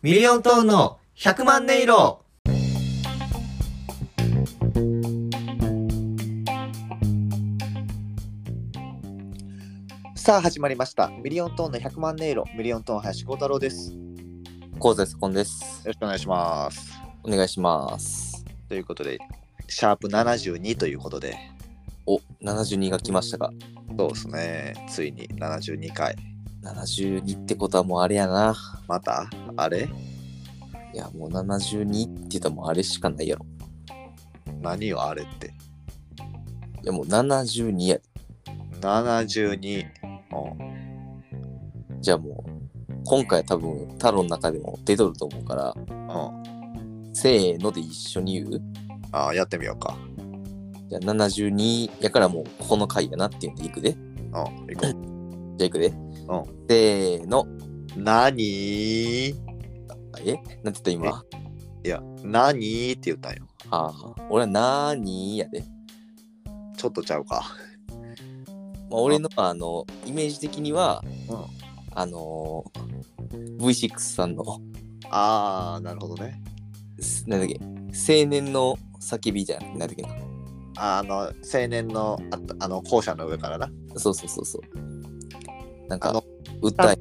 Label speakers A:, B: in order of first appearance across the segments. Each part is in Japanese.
A: ミリオントーンの100万音色
B: さあ始まりましたミリオントーンの100万音色ミリオントーン林光太郎ですよ
A: 高瀬コンです。
B: ろしくお願いします
A: お願いします。
B: ということでシャープ72ということで
A: お、72が来ましたか。
B: そうですねついに72回
A: 72ってことはもうあれやな。
B: またあれ
A: いや、もう72って言ったらもうあれしかないやろ。
B: 何よあれって
A: いや、もう72や。
B: 72うん
A: じゃあもう、今回多分、太郎の中でも出とると思うから、
B: うん
A: せーので一緒に言う。
B: あやってみようか
A: じゃあ72やからもう、この回やなっていうんでいくで。じ
B: うん行こう
A: ゃあいくで。
B: ん
A: せーの。
B: 何い
A: えなんて言った今。
B: や何って言ったんよ
A: ああ、俺はなーにーやで。
B: ちょっとちゃうか
A: まあ、俺のあのイメージ的には、
B: うん
A: あのー V6 さんの
B: あーなるほどね
A: すなんだっけ青年の叫びじゃんなんだっけな
B: あの青年のあったあの校舎の上からな
A: そうそうそうそうな
B: あ
A: んか
B: の
A: 訴え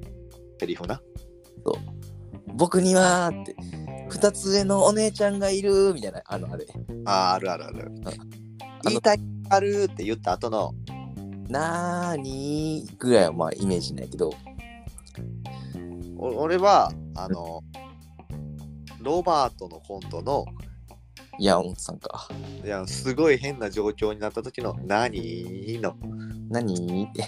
B: セリフな
A: 僕にはーって二つ上のお姉ちゃんがいるーみたいなあのあれ
B: あーあるあるある
A: の
B: 言いたいあるって言った後の
A: なーにーぐらいはまあイメージないけど
B: お俺はあのロバートのコントの
A: 山本さんか
B: いやすごい変な状況になった時の「何?」の
A: 何ーって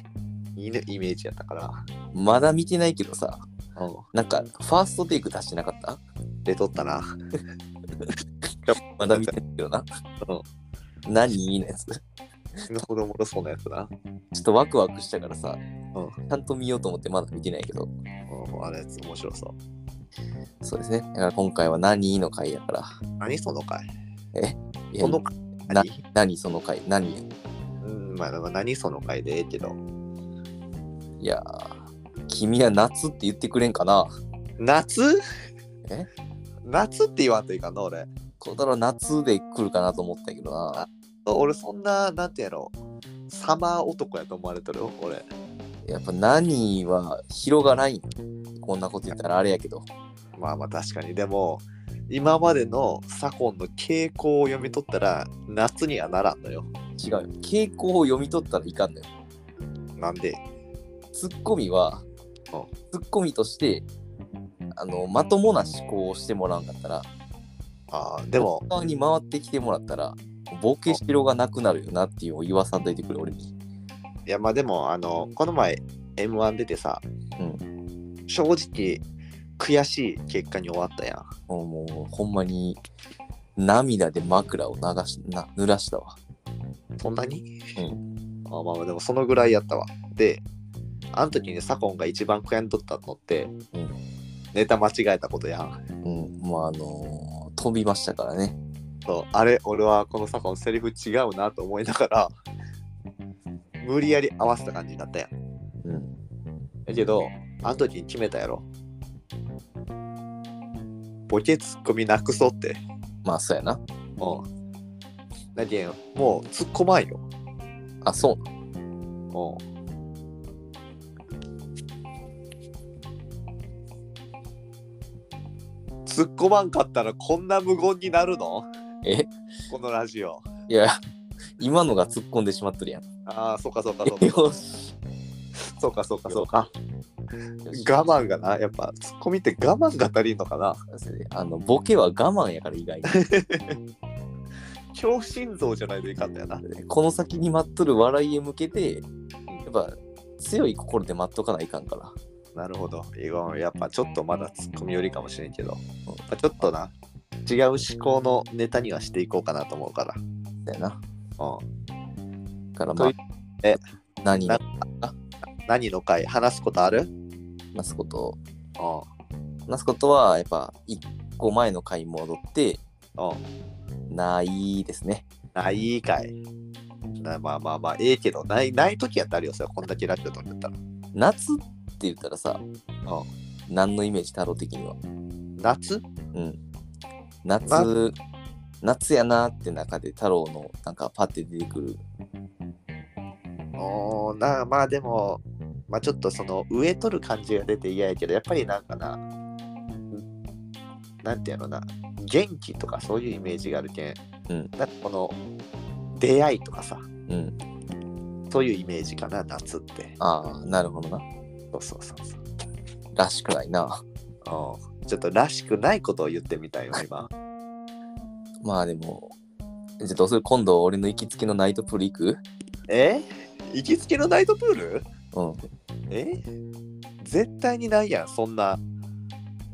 B: いのイメージやったから、
A: まだ見てないけどさ
B: う
A: なんかファーストテイク出してなかった
B: ん、出とったな
A: まだ見てないけどな
B: うん
A: 何ーのやつ
B: ほどもろそうなやつな、
A: ちょっとワクワクしたからさ、
B: う
A: ちゃんと見ようと思ってまだ見てないけど、
B: うん、あれやつ面白そう
A: そうですね。だから今回は何の回やから。
B: 何その回
A: いや
B: その回
A: な
B: 何
A: 何その回何や
B: うんまあでも何その回でええけど
A: いやー、君は夏って言ってくれんかな。
B: 夏
A: え
B: 夏って言わんといかんの俺
A: こうだろ夏で来るかなと思ったけどな。
B: 俺そんななんてやろサマー男やと思われてる俺
A: やっぱ何は広がないんこんなこと言ったらあれやけど。
B: まあまあ確かにでも今までの左近の傾向を読み取ったら夏にはならんのよ
A: 違うよ。傾向を読み取ったらいかんのよ。
B: なんで
A: ツッコミは
B: うん、
A: ツッコミとして、あの、まともな思考をしてもらうんだったら、
B: ああでも
A: 側に回ってきてもらったら、ボケしろがなくなるよなっていうのを言わさんといてくれ、俺に。
B: いやまあでもあのこの前 m 1出てさ、
A: う
B: 正直悔しい結果に終わったやん
A: もう、もうほんまに、涙で枕を流し、な濡らしたわ。
B: そんなに、
A: う
B: あまあまあでもそのぐらいやったわであの時に左近が一番悔やんどったのって、
A: うん
B: ネタ間違えたことやん
A: うん、もうあのー飛びましたからね。
B: そうあれ俺はこの左近セリフ違うなと思いながら無理やり合わせた感じになったやん
A: うん。
B: だけどあの時に決めたやろボケツッコミなくそうって
A: まあ、そうやな。
B: うんだけんもう突っ込まんよ
A: あ、そうな。
B: うん突っ込まんかったらこんな無言になるの
A: え
B: このラジオ
A: いや、今のが突っ込んでしまっとるやん。
B: ああそうかそうかそうか
A: よし。
B: そうかそうかそうか我慢がなやっぱツッコミって我慢が足りんのかな
A: あの、ボケは我慢やから意外に。
B: 強心臓じゃないといかんだよな
A: この先に待っとる笑いへ向けて、やっぱ、強い心で待っとかないかんから。
B: なるほどいややっぱちょっとまだツッコミよりかもしれんけど、やっぱちょっとな違う思考のネタにはしていこうかなと思うから、
A: だよな。
B: うん、
A: からま
B: と
A: あ
B: い、え
A: 何
B: な
A: が
B: 何の回話すことある、うん、
A: 話すこと話すことは、やっぱ、一個前の回に戻って、
B: うん、
A: ないですね。
B: ないいかいなまあまあまあええけどないない時やったらあるよそれこんだけラジオ撮ってたら
A: 夏って言ったらさ、何のイメージ太郎的には。
B: 夏
A: 夏、夏やなって中で太郎のなんかパッて出てくる。
B: おーなまあでも、まあ、ちょっとその上取る感じが出て嫌やけどやっぱりなんかななんていうのな元気とかそういうイメージがあるけん、
A: うん
B: なんかこの出会いとかさ
A: うん。
B: そういうイメージかな夏って
A: ああ、なるほどな。
B: そうそうそうそう
A: らしくないな。
B: うんちょっとらしくないことを言ってみたいよ今
A: まあでも、じゃあどうする今度俺の行きつけのナイトプール行く
B: え行きつけのナイトプール
A: うん。
B: え絶対にないやんそんな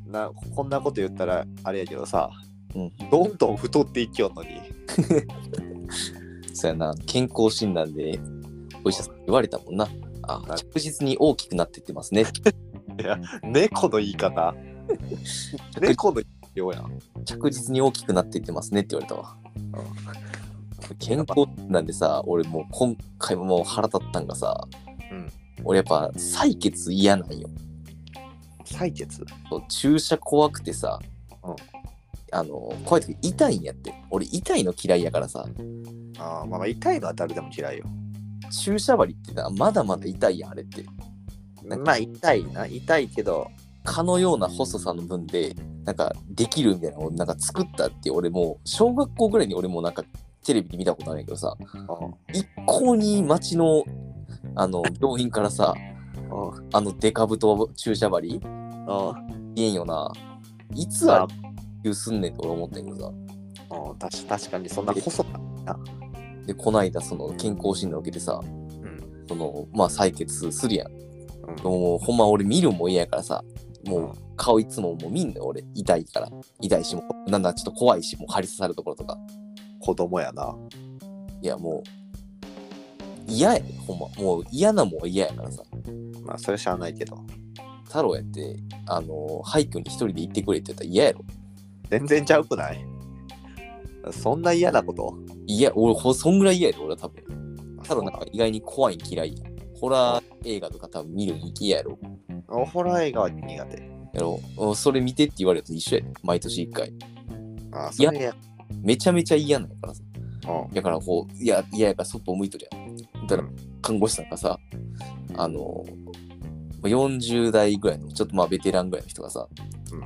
B: なこんなこと言ったらあれやけどさ、
A: うん
B: どんどん太っていきよんのに
A: そうやな。健康診断でお医者さんに言われたもんな。ああ、着実に大きくなってってますね。
B: 猫の言い方 猫のようやん
A: 着実に大きくなっていってますねって言われたわ。健康なんでさ、俺もう今回ももう腹立ったんがさ、
B: うん
A: 俺やっぱ採血嫌なんよ。
B: 採血
A: そう注射怖くてさ、
B: うん
A: あの、怖い時痛いんやって。俺痛いの嫌いやからさ、
B: あーまあまあ痛いのは誰でも嫌いよ
A: 注射針ってな、まだまだ痛いやん、あれって。
B: まあ痛いな痛いけど
A: 蚊のような細さの分で、なんかできるみたいなのをなんか作ったって、俺もう小学校ぐらいに俺もなんかテレビで見たことあるんやけどさ、
B: う
A: 一向に町のあの病院からさ
B: んうん
A: あのデカブと注射針
B: うん
A: 言えんよないつ
B: ま
A: あ
B: あ
A: れ普及すんねんって俺思ったんやけどさ
B: うん確確かにそんな細か
A: でこないだその健康診断受けてさ
B: うん
A: そのまあ採血するやんで
B: うん
A: ももうほんま俺見るんも嫌やからさも
B: うん
A: う顔いつももう見んのよ俺痛いから痛いしもうなんだちょっと怖いしもう針刺さるところとか
B: 子供やない
A: やもう嫌やでほんまもう嫌なもんは嫌やからさ
B: まあそれはしゃあないけど
A: 太郎やってあの廃墟に一人で行ってくれって言ったら嫌やろ
B: 全然ちゃうくないそんな嫌なこと
A: いや、俺、ほそんぐらい嫌やで、俺は多分。ただなんか意外に怖いん嫌いや。ホラー映画とか多分見るの嫌やろ。
B: おホラー映画は苦手
A: やろおそれ見てって言われると一緒やで、毎年一回。
B: あーそれや
A: めちゃめちゃ嫌なんやからさ。
B: うん
A: だからこう、いや、嫌やからそっぽ向いとるやん。だから、看護師さんがさ、あの、まあ40代ぐらいの、ちょっとまあベテランぐらいの人がさ、
B: うん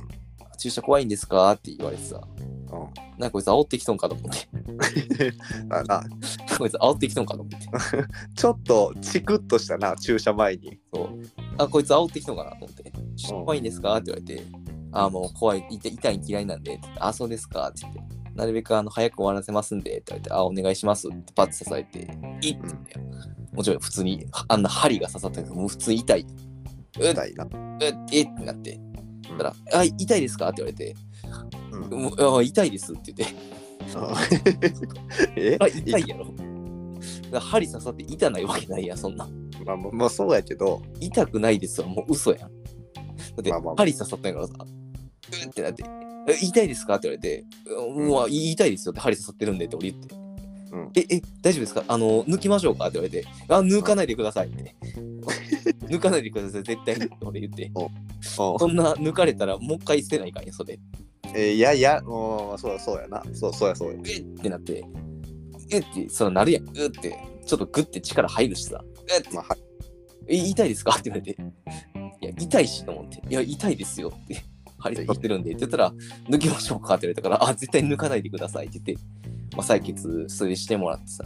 A: 注射怖いんですかって言われてさ、
B: うん
A: なんかこいつ煽ってきとんかと思って、
B: あな
A: こいつ煽ってきとんかと思って、
B: ちょっとチクッとしたな注射前に
A: そう。あ、こいつ煽ってきたのかなと思って。怖いんですかって言われて。あ、もう怖い、痛い痛い嫌いなんで。って言ってあ、そうですかって言って。なるべくあの早く終わらせますんで。って言われて、あ、お願いしますってパッて刺されて。いっって言って。もちろん普通に、あんな針が刺さったけど、もう普通に痛い。うっ、うっ、
B: 痛いな
A: えってなって。だから、あ、痛いですかって言われて。
B: うんうん
A: もうあ痛いですって言って。
B: え
A: あ、痛いや ろ。だから針刺さって痛ないわけないやん、そんな。
B: まあ、もうもうそうやけど、
A: 痛くないですはもう嘘やん。だって、
B: まあまあ
A: 針刺さったんやからさ、うってなって、え痛いですかって言われて、うんもうい痛いですよって針刺さってるんでって俺言って、
B: うん
A: え、え、大丈夫ですかあの、抜きましょうかって言われて、あ、抜かないでください って。抜かないでください、絶対にって俺言って。そんな抜かれたらもう一回捨てないかんや、それ。
B: えーいやいや、もうそうそうやな。そうそうやそうや。
A: えってなって、えって、そのなるやん、うって、ちょっとグって力入るしさ、えって
B: まあ、は
A: え、痛いですか って言われて。いや、痛いしと思って。いや、痛いですよって。針刺さってるんで。って言ったら、抜きましょうかって言われたから、あ、絶対抜かないでくださいって言って、まあ、採血、それしてもらってさ。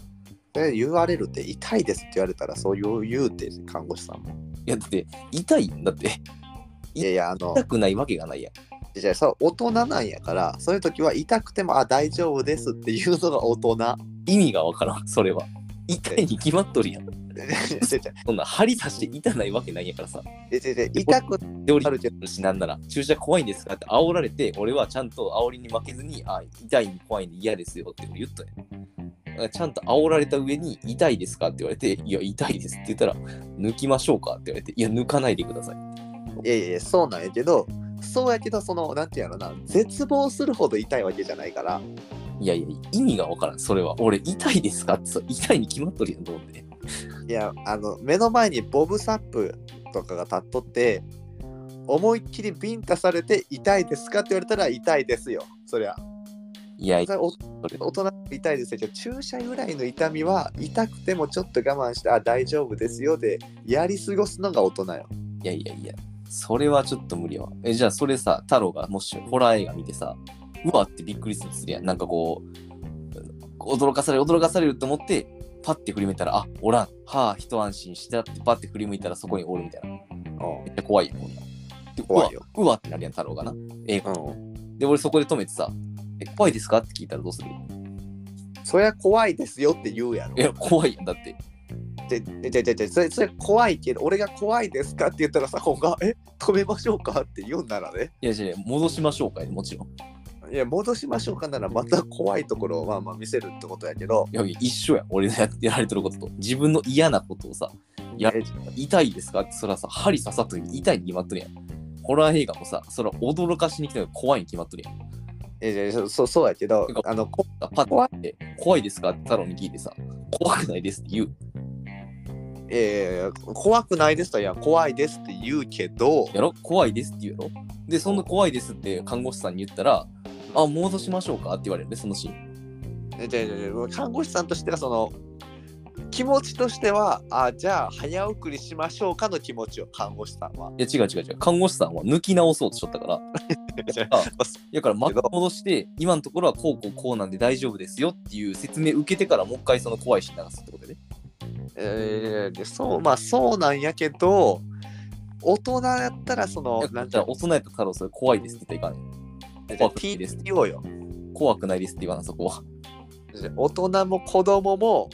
B: で言われるって痛いですって言われたら、そういう言うて、看護師さんも。
A: いや、だって、痛いんだって。
B: いやいや、あの、
A: 痛くないわけがないやん。
B: じゃあそう大人なんやから、そういう時は痛くても、あ、大丈夫ですっていうのが大 人。
A: 意味がわからん、それは。痛いに決まっとるやん。
B: 違う
A: そんな、針刺して痛ないわけないんやからさ。
B: 違う違う違う痛く
A: で、俺
B: な、るけど、
A: しなんなら、注射怖いんですかって煽られて、俺はちゃんと煽りに負けずに、あ、痛い怖いんで嫌ですよって言ったよ。だからちゃんと煽られた上に、痛いですかって言われて、いや、痛いですって言ったら、抜きましょうかって言われて、いや、抜かないでくださ
B: い
A: い。
B: やいやいや、そうなんやけど、そうやけど、その、なんていうのな、絶望するほど痛いわけじゃないから、
A: いやいや、意味がわからん、それは。俺、痛いですかってさ、痛いに決まっとるやんと思って。
B: いや、あの、目の前にボブサップとかが立っとって、思いっきりビンタされて痛いですかって言われたら痛いですよそりゃ
A: いや、い
B: それはお大人って痛いですよじゃあ注射ぐらいの痛みは痛くてもちょっと我慢してあ大丈夫ですよでやり過ごすのが大人よ
A: やいやいや、それはちょっと無理やわ。え、じゃあそれさ、太郎がもしホラー映画見てさ、うわってびっくりするやん。なんかこう、驚かされる、驚かされると思って、パッて振り向いたら、あ、おらん。はあ、一安心したって、パッて振り向いたらそこにおるみたいな。めっちゃ怖いやん、こんなん。で
B: 怖いよ。
A: うわうわってなるやん、太郎がな。映画。
B: うん
A: で、俺そこで止めてさ、え、怖いですかって聞いたらどうする
B: そりゃ怖いですよって言うやろ
A: いや、怖いやん、だって。
B: でででででそれそれ怖いけど俺が怖いですかって言ったらさこがえ止めましょうかって言うんならね
A: いや、じゃあ戻しましょうかね、もちろん。い
B: いや戻しましょうかならまた怖いところをまあまあ見せるってことやけど
A: や、いや一緒やん、俺がや やられてることと。自分の嫌なことをさ、や
B: え
A: 痛いですかってそらさ針刺さった時に痛いに決まっとるやんホラー映画もさそら驚かしに来たのが怖いに決まっとるやん
B: えそそうそうやけど
A: てか
B: あのこ
A: だからパッてって怖いですかって太郎に聞いてさ怖くないですって言う
B: えー怖くないですといや怖いですって言うけど
A: やろ怖いですって言うやろでそんな怖いですって看護師さんに言ったらあ戻しましょうかって言われるねそのシーン
B: えじゃあじゃあじゃあ看護師さんとしてはその気持ちとしてはあじゃあ早送りしましょうかの気持ちを看護師さん は。
A: いや違う違う違う看護師さんは抜き直そうとしとったからあだから巻き戻して今のところはこうこうこうなんで大丈夫ですよっていう説明受けてからもう一回その怖いシーン流すってことでね
B: えーでそうまあそうなんやけど大人やったらその
A: だ
B: なんだ
A: から大人やったら太郎それ怖いですって言ったらいかんねん怖くないです
B: 言おうよ。
A: 怖くないですって言わなそこは。
B: 大人も子供も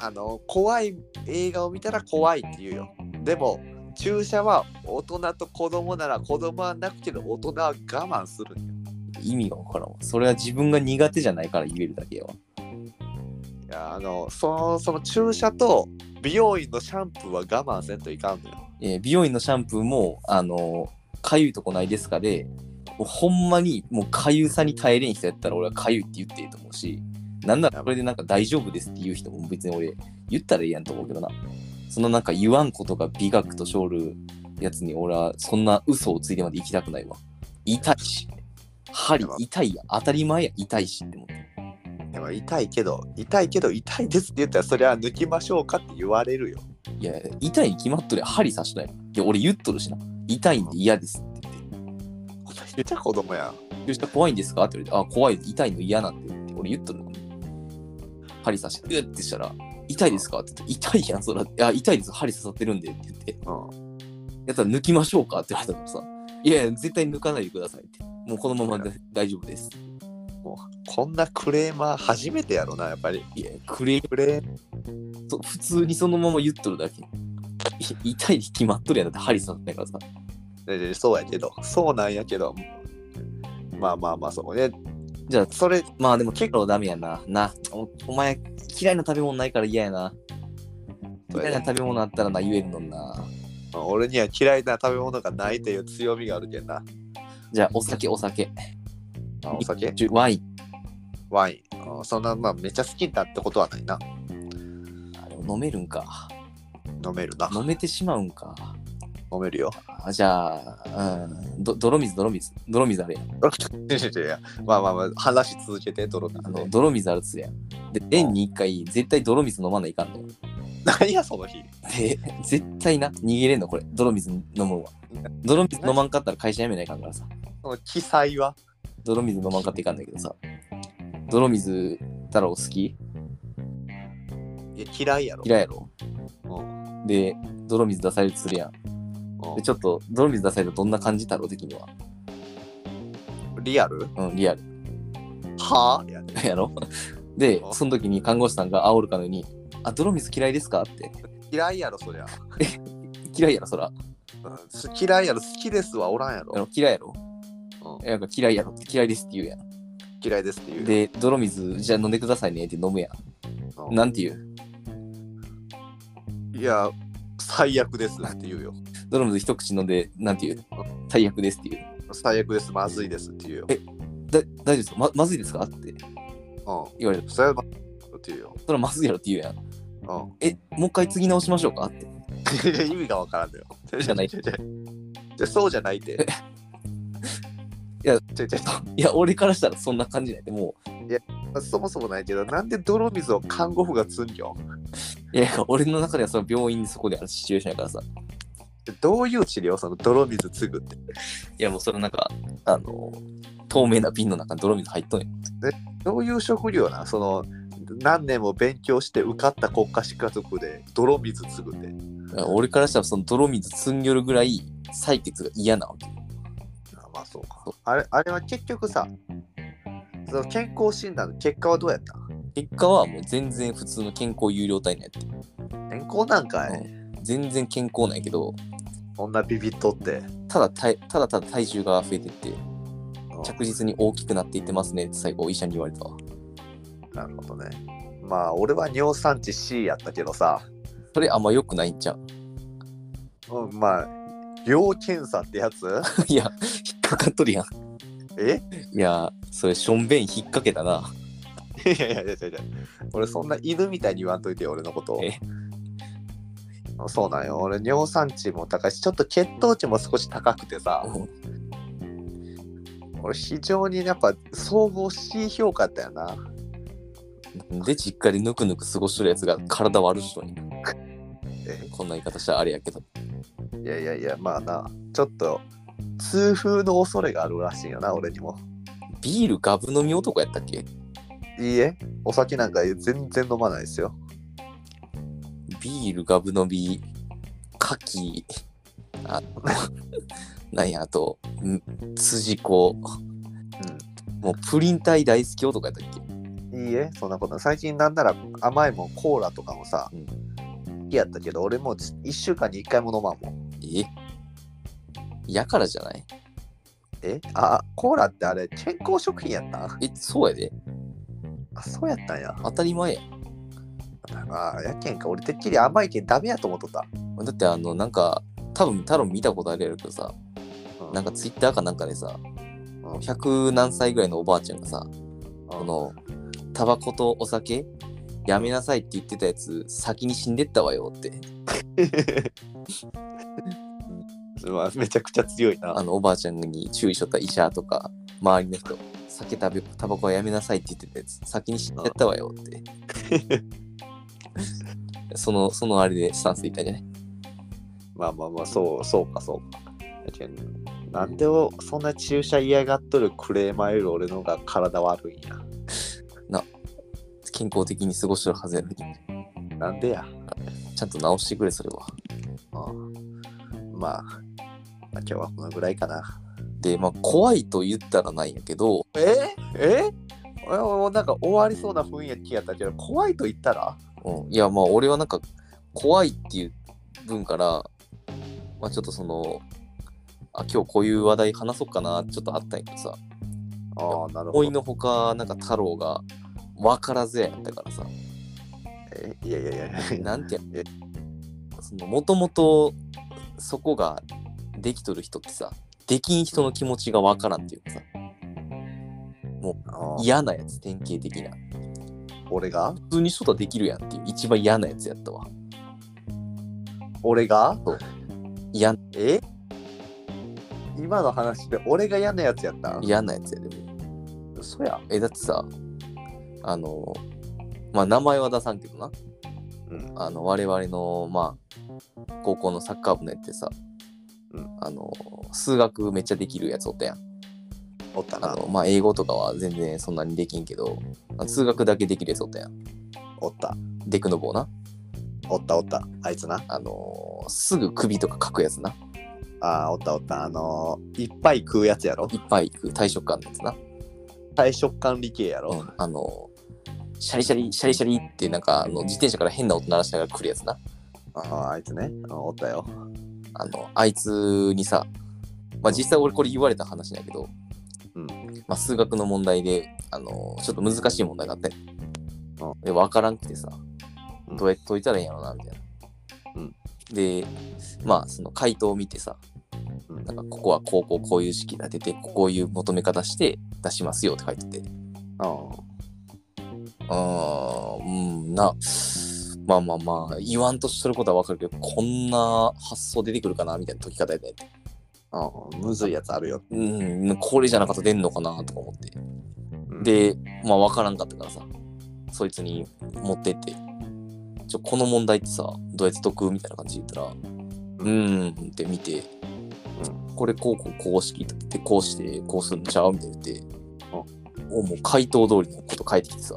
B: あの怖い映画を見たら怖いって言うよでも注射は大人と子供なら子供はなくけど大人は我慢するんよ
A: 意味がわからんわ。それは自分が苦手じゃないから言えるだけやわ。
B: いやあのそのその注射と美容院のシャンプーは我慢せんといかんのよ
A: えー美容院のシャンプーも、あのー、かゆいとこないですかで、もうほんまにもうかゆさに耐えれん人やったら俺はかゆいって言っていいと思うし、なんならこれでなんか大丈夫ですって言う人も別に俺言ったらいいやんと思うけどな。そのなんか言わんことが美学と勝るやつに俺はそんな嘘をついてまで行きたくないわ。痛いし。針痛いや当たり前や痛いしって思って。
B: でも痛いけど痛いけど痛いですって言ったらそれは抜きましょうかって言われるよ
A: いや、痛いに決まっとるやん針刺したよ。いや、俺言っとるしな。痛いんで嫌ですって言って。
B: お前めっちゃ子供やん
A: 注射怖いんですかって言われて、あ、怖い、痛いの嫌なんて言って、俺言っとるのに。針刺して、うってしたら、痛いですかって言って、痛いやん、そら。いや、痛いです、針刺さってるんでって言って。
B: うん
A: やったら抜きましょうかって言われたからさ。いやいや、絶対抜かないでくださいって。もうこのままで大丈夫です。
B: こんなクレーマー初めてやろなやっぱり
A: いや、クレー
B: クレー
A: ト、普通にそのまま言っとるだけ。いや痛いに決まっとるやんだって針刺さってないからさ。
B: ででそうやけどそうなんやけどまあまあまあそうね
A: じゃあ、
B: それ
A: まあでも結構ダメやな。なお、お前嫌いな食べ物ないから嫌やな。
B: そう
A: 嫌い
B: や
A: な
B: ね
A: 食べ物あったらな、言えるのにな。
B: 俺には嫌いな食べ物がないっていう強みがあるけんな
A: じゃあ、お酒、お酒。
B: あお酒
A: じゅワイン。
B: ワインあそんなまあめっちゃ好きだってことはないな
A: あでも飲めるんか。
B: 飲めるな
A: 飲めてしまうんか。
B: 飲めるよ
A: あじゃあ、うん、ど泥水、泥水。泥水あるやん。
B: いやいやいやまあまあまあ話し続けて泥水
A: あ
B: で
A: の泥水あるっつやん。で、年に一回、絶対泥水飲まないかんのよ。
B: 何やその日
A: で、 絶対な、逃げれんの、これ。泥水飲むわ。泥水飲まんかったら会社辞めないかんからさ。
B: その記載は
A: 泥水飲まんかっていかんだけどさ。泥水太郎好き
B: いや嫌いやろ
A: 嫌いやろ
B: う
A: で、泥水出されるとするやん。で、ちょっと、泥水出されるとどんな感じ太郎的には。
B: うんリアル
A: うん、リアル。
B: はあやね
A: やろで
B: う、ん
A: その時に看護師さんが煽るかのように、あ、泥水嫌いですかって。
B: 嫌いやろそりゃ、
A: 嫌いやろ、そら。
B: うんす嫌いやろ好きですはおらんや
A: や
B: ろ、
A: ろ嫌いやろ。
B: うん
A: なんか嫌いやろって嫌いですって言うやん。
B: 嫌いですっていう
A: で、泥水、じゃあ飲んでくださいねって飲むや
B: うん
A: ん。なんて言う
B: いや、最悪ですって言うよ。
A: 泥水一口飲んで、なんて言う最悪ですって言う。
B: 最悪です、まずいですって言うよ。
A: えだ大丈夫ですかままずいですかって
B: う
A: 言われる。
B: ん。それはまずいって言うよ。
A: それまずいやろって言うやん。
B: う
A: え、もう一回次直しましょうかって。
B: ん。意味がわからんのよ。
A: じゃない
B: 違う違うでそうじゃないって。
A: いや
B: 違う違う
A: いや、俺からしたらそんな感じないで、も
B: そもそもないけど、なんで泥水を看護婦が積んよ
A: う、いや、俺の中ではその病院でそこであるシチュエーションやからさ、
B: どういう治療その泥水継ぐって。
A: いや、もうそれなんか、あの、透明な瓶の中に泥水入っとんよ。
B: どういう職業なんその、何年も勉強して受かった国家資格で泥水継ぐって。
A: だから俺からしたらその泥水積んぎょるぐらい採血が嫌なわけ。
B: あまあそうか。あれあれは結局さ、その健康診断の結果はどうやったん
A: 結果はもう全然普通の健康有料体になって
B: 健康なんかい、
A: 全然健康なんやけど
B: こんなビビっとって。
A: ただ体ただただ体重が増えてって
B: うん
A: 着実に大きくなっていってますねって最後医者に言われたわ
B: なるほどね。まあ俺は尿酸値 C やったけどさ、
A: それあんま良くないんちゃう
B: うん、まあ尿検査ってやつ
A: いや引っかかっとるやん
B: え
A: いやそれしょんべん引っ掛けたない
B: やいやいやいやいや俺そんな犬みたいに言わんといてよ俺のこと
A: え
B: そうなんよ俺尿酸値も高いしちょっと血糖値も少し高くてさ
A: うん
B: 俺非常にやっぱ総合 C 評価だよな
A: で実家でぬくぬく過ごしとるやつが体悪い人に
B: え
A: こんな言い方したらあれやけど
B: いやいやいやまあなちょっと痛風の恐れがあるらしいよな俺にも
A: ビールガブ飲み男やったっけ
B: いいえお酒なんか全然飲まないですよ
A: ビールガブ飲み、カキ、あ なんや、あと、ん辻子、もうプリン体大好き男やったっけ
B: いいえ、そんなことない。最近なんなら甘いもん、コーラとかもさ、
A: うん
B: 好きやったけど、俺もう1週間に1回も飲まんもん。
A: えやからじゃない
B: えあ、コーラってあれ、健康食品やったん
A: え、そうやで。
B: あ、そうやったんや。
A: 当たり前や。
B: あ、やけんか。俺てっきり甘いけんダメやと思っとった。
A: だって、あの、なんか、多分太郎見たことあるやろけどさ、
B: う
A: なんか、ツイッターかなんかでさ、
B: うん
A: 100何歳ぐらいのおばあちゃんがさ、
B: う
A: こ
B: ん
A: の、タバコとお酒、やめなさいって言ってたやつ、先に死んでったわよって、
B: まあ、めちゃくちゃ強いな。
A: あのおばあちゃんに注意しとった医者とか周りの人酒食べタバコはやめなさいって言ってたやつ先に死んじゃったわよってそのそのあれでスタンスでいたんじゃない
B: まあまあまあ、そう、そうか、そうか。やけんなんでおそんな注射嫌がっとるクレーマーより俺の方が体悪いんや。
A: 健康的に過ごしてるはずやのに
B: なんでや。
A: ちゃんと直してくれそれは
B: うんまあ、まあ今日はこのぐらいかな。
A: でまあ怖いと言ったらないんやけど
B: ええ俺もなんか終わりそうな雰囲気やったけど、怖いと言ったら
A: うん、いやまあ俺はなんか怖いっていう分から、まあ、ちょっとそのあ今日こういう話題話そうかなちょっとあったんやけどさ
B: ああ、なる
A: 思
B: ほ
A: い
B: ど。
A: のほかなんか太郎が分からずやったからさ
B: えいやいやいやいや。
A: なんて
B: え
A: そのもともとそこができとる人ってさできん人の気持ちがわからんっていうかさ
B: あー
A: 嫌なやつ典型的な
B: 俺が
A: 普通に人とはできるやんっていう一番嫌なやつやったわ
B: 俺が
A: 嫌
B: え今の話で俺が嫌なやつやった
A: 嫌なやつやでも
B: そや。
A: えだってさあのまあ名前は出さんけどな
B: うん。
A: あの我々のまあ高校のサッカー部のやつでさ、
B: うん
A: あの数学めっちゃできるやつおったやん
B: おった
A: あ
B: な。
A: のまあ英語とかは全然そんなにできんけどあ数学だけできるやつおったやん
B: おった。
A: デクノボーな
B: おったおった。あいつな。
A: あのーすぐ首とか書くやつな
B: ああ、おったおった。あのーいっぱい食うやつやろ
A: い。っぱい食う大食感のやつな、
B: 大食感理系やろ。
A: うんあのーシャリシャリシャリシャリってなんかあの自転車から変な音鳴らしながら来るやつな
B: ああ、あいつね。うんおったよ。
A: あのあいつにさまあ実際俺これ言われた話だけど、
B: うん
A: まあ、数学の問題であのーちょっと難しい問題があって、
B: う
A: で分からんくてさ
B: うん
A: どうやって解いたらいいんやろうなみたいな、
B: うん
A: でまあその回答を見てさ
B: うん
A: なんかここはこうこうこういう式が出てこういう求め方して出しますよって書いてて
B: うん
A: うーんうんなまあまあまあ言わんとすることはわかるけどこんな発想出てくるかなみたいな解き方やで
B: うん、むずいやつあるよ。
A: うん、これじゃなかったら出んのかなとか思って。
B: うん、
A: で、まあ分からんかったからさ、そいつに持ってって、ちょ、この問題ってさ、どうやって解くみたいな感じで言ったら、うーんって見て、これこうこうこう式って言って、こうして、こうするんちゃうみたいな言って、おもう回答通りのこと書いてきてさ、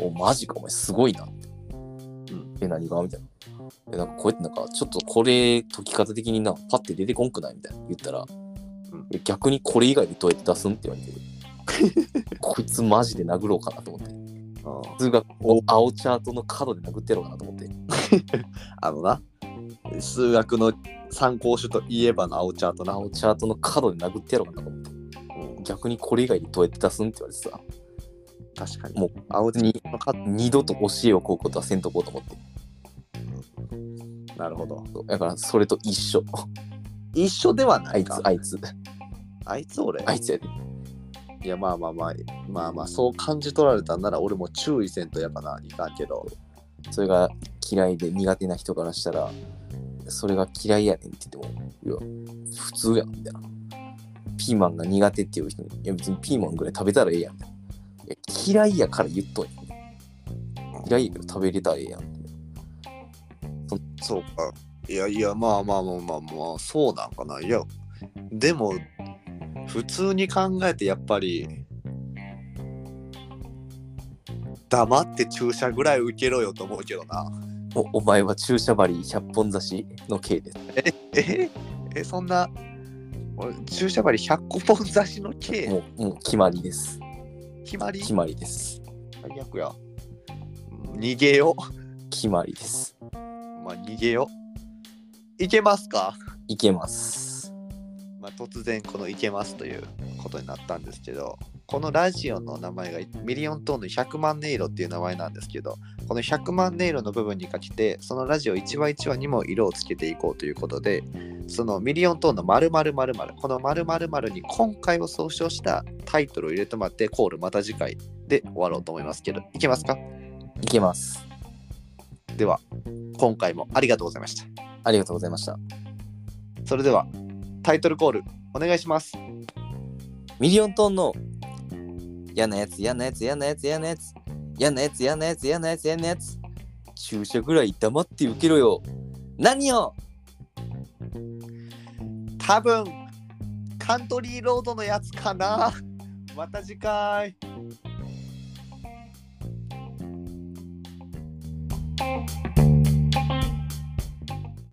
A: おマジかお前すごいなって。
B: ん
A: え、何がみたいな。え、なんかこうやってなんか、ちょっとこれ解き方的にな、パッて出てこんくないみたいな言ったら、
B: ん
A: え逆にこれ以外でどうやって出すんって言われて。こいつマジで殴ろうかなと思って。
B: うん
A: 数学を青チャートの角で殴ってやろうかなと思って。
B: あのな、数学の参考書といえばの青チャートな。
A: 青チャートの角で殴ってやろうかなと思って。逆にこれ以外でどうやって出すんって言われてさ、
B: 確かに。
A: もう
B: 青チャートのか
A: 二度と教えをこうことはせんとこうと思って。
B: なるほど。
A: そうだからそれと一緒。
B: 一緒ではな
A: あ
B: い
A: いつ
B: か。、
A: あいつ、
B: あいつ俺。
A: あいつやで。
B: いやまあまあまあまあまあそう感じ取られたんなら俺も注意せんとやかないかんけど
A: それが嫌いで苦手な人からしたら、それが嫌いやねんって言っても、いや、普通やんみたいな。ピーマンが苦手っていう人に、いや別にピーマンぐらい食べたらええやんみたいな。いや嫌いやから言っとんやん。嫌いやけど食べれたらええやん。
B: そうかいやいやまあまあまあまあまあそうなんかないやでも普通に考えてやっぱり黙って注射ぐらい受けろよと思うけどな
A: おお前は注射針100本刺しの刑です。
B: ええそんな俺注射針100個本刺しの刑
A: もう、もう決まりです。
B: 決まり
A: 決まりです。
B: 最悪や逃げよ
A: 決まりです。
B: まあ逃げよいけますか
A: いけます。
B: まあ、突然この「いけます」ということになったんですけどこのラジオの名前がミリオントーンの100万音色っていう名前なんですけどこの100万音色の部分にかけてそのラジオ1話1話にも色をつけていこうということでそのミリオントーンの〇〇〇〇この〇〇〇に今回を総称したタイトルを入れてもらってコールまた次回で終わろうと思いますけどいけますか
A: いけます。
B: では今回もありがとうございました
A: ありがとうございました。
B: それではタイトルコールお願いします
A: ミリオントーンの嫌なやつ嫌なやつ嫌なやつ嫌なやつ嫌なやつ嫌なやつ嫌なやつ嫌なやつ注射ぐらい黙って受けろよ何を
B: 多分カントリーロードのやつかなまた次回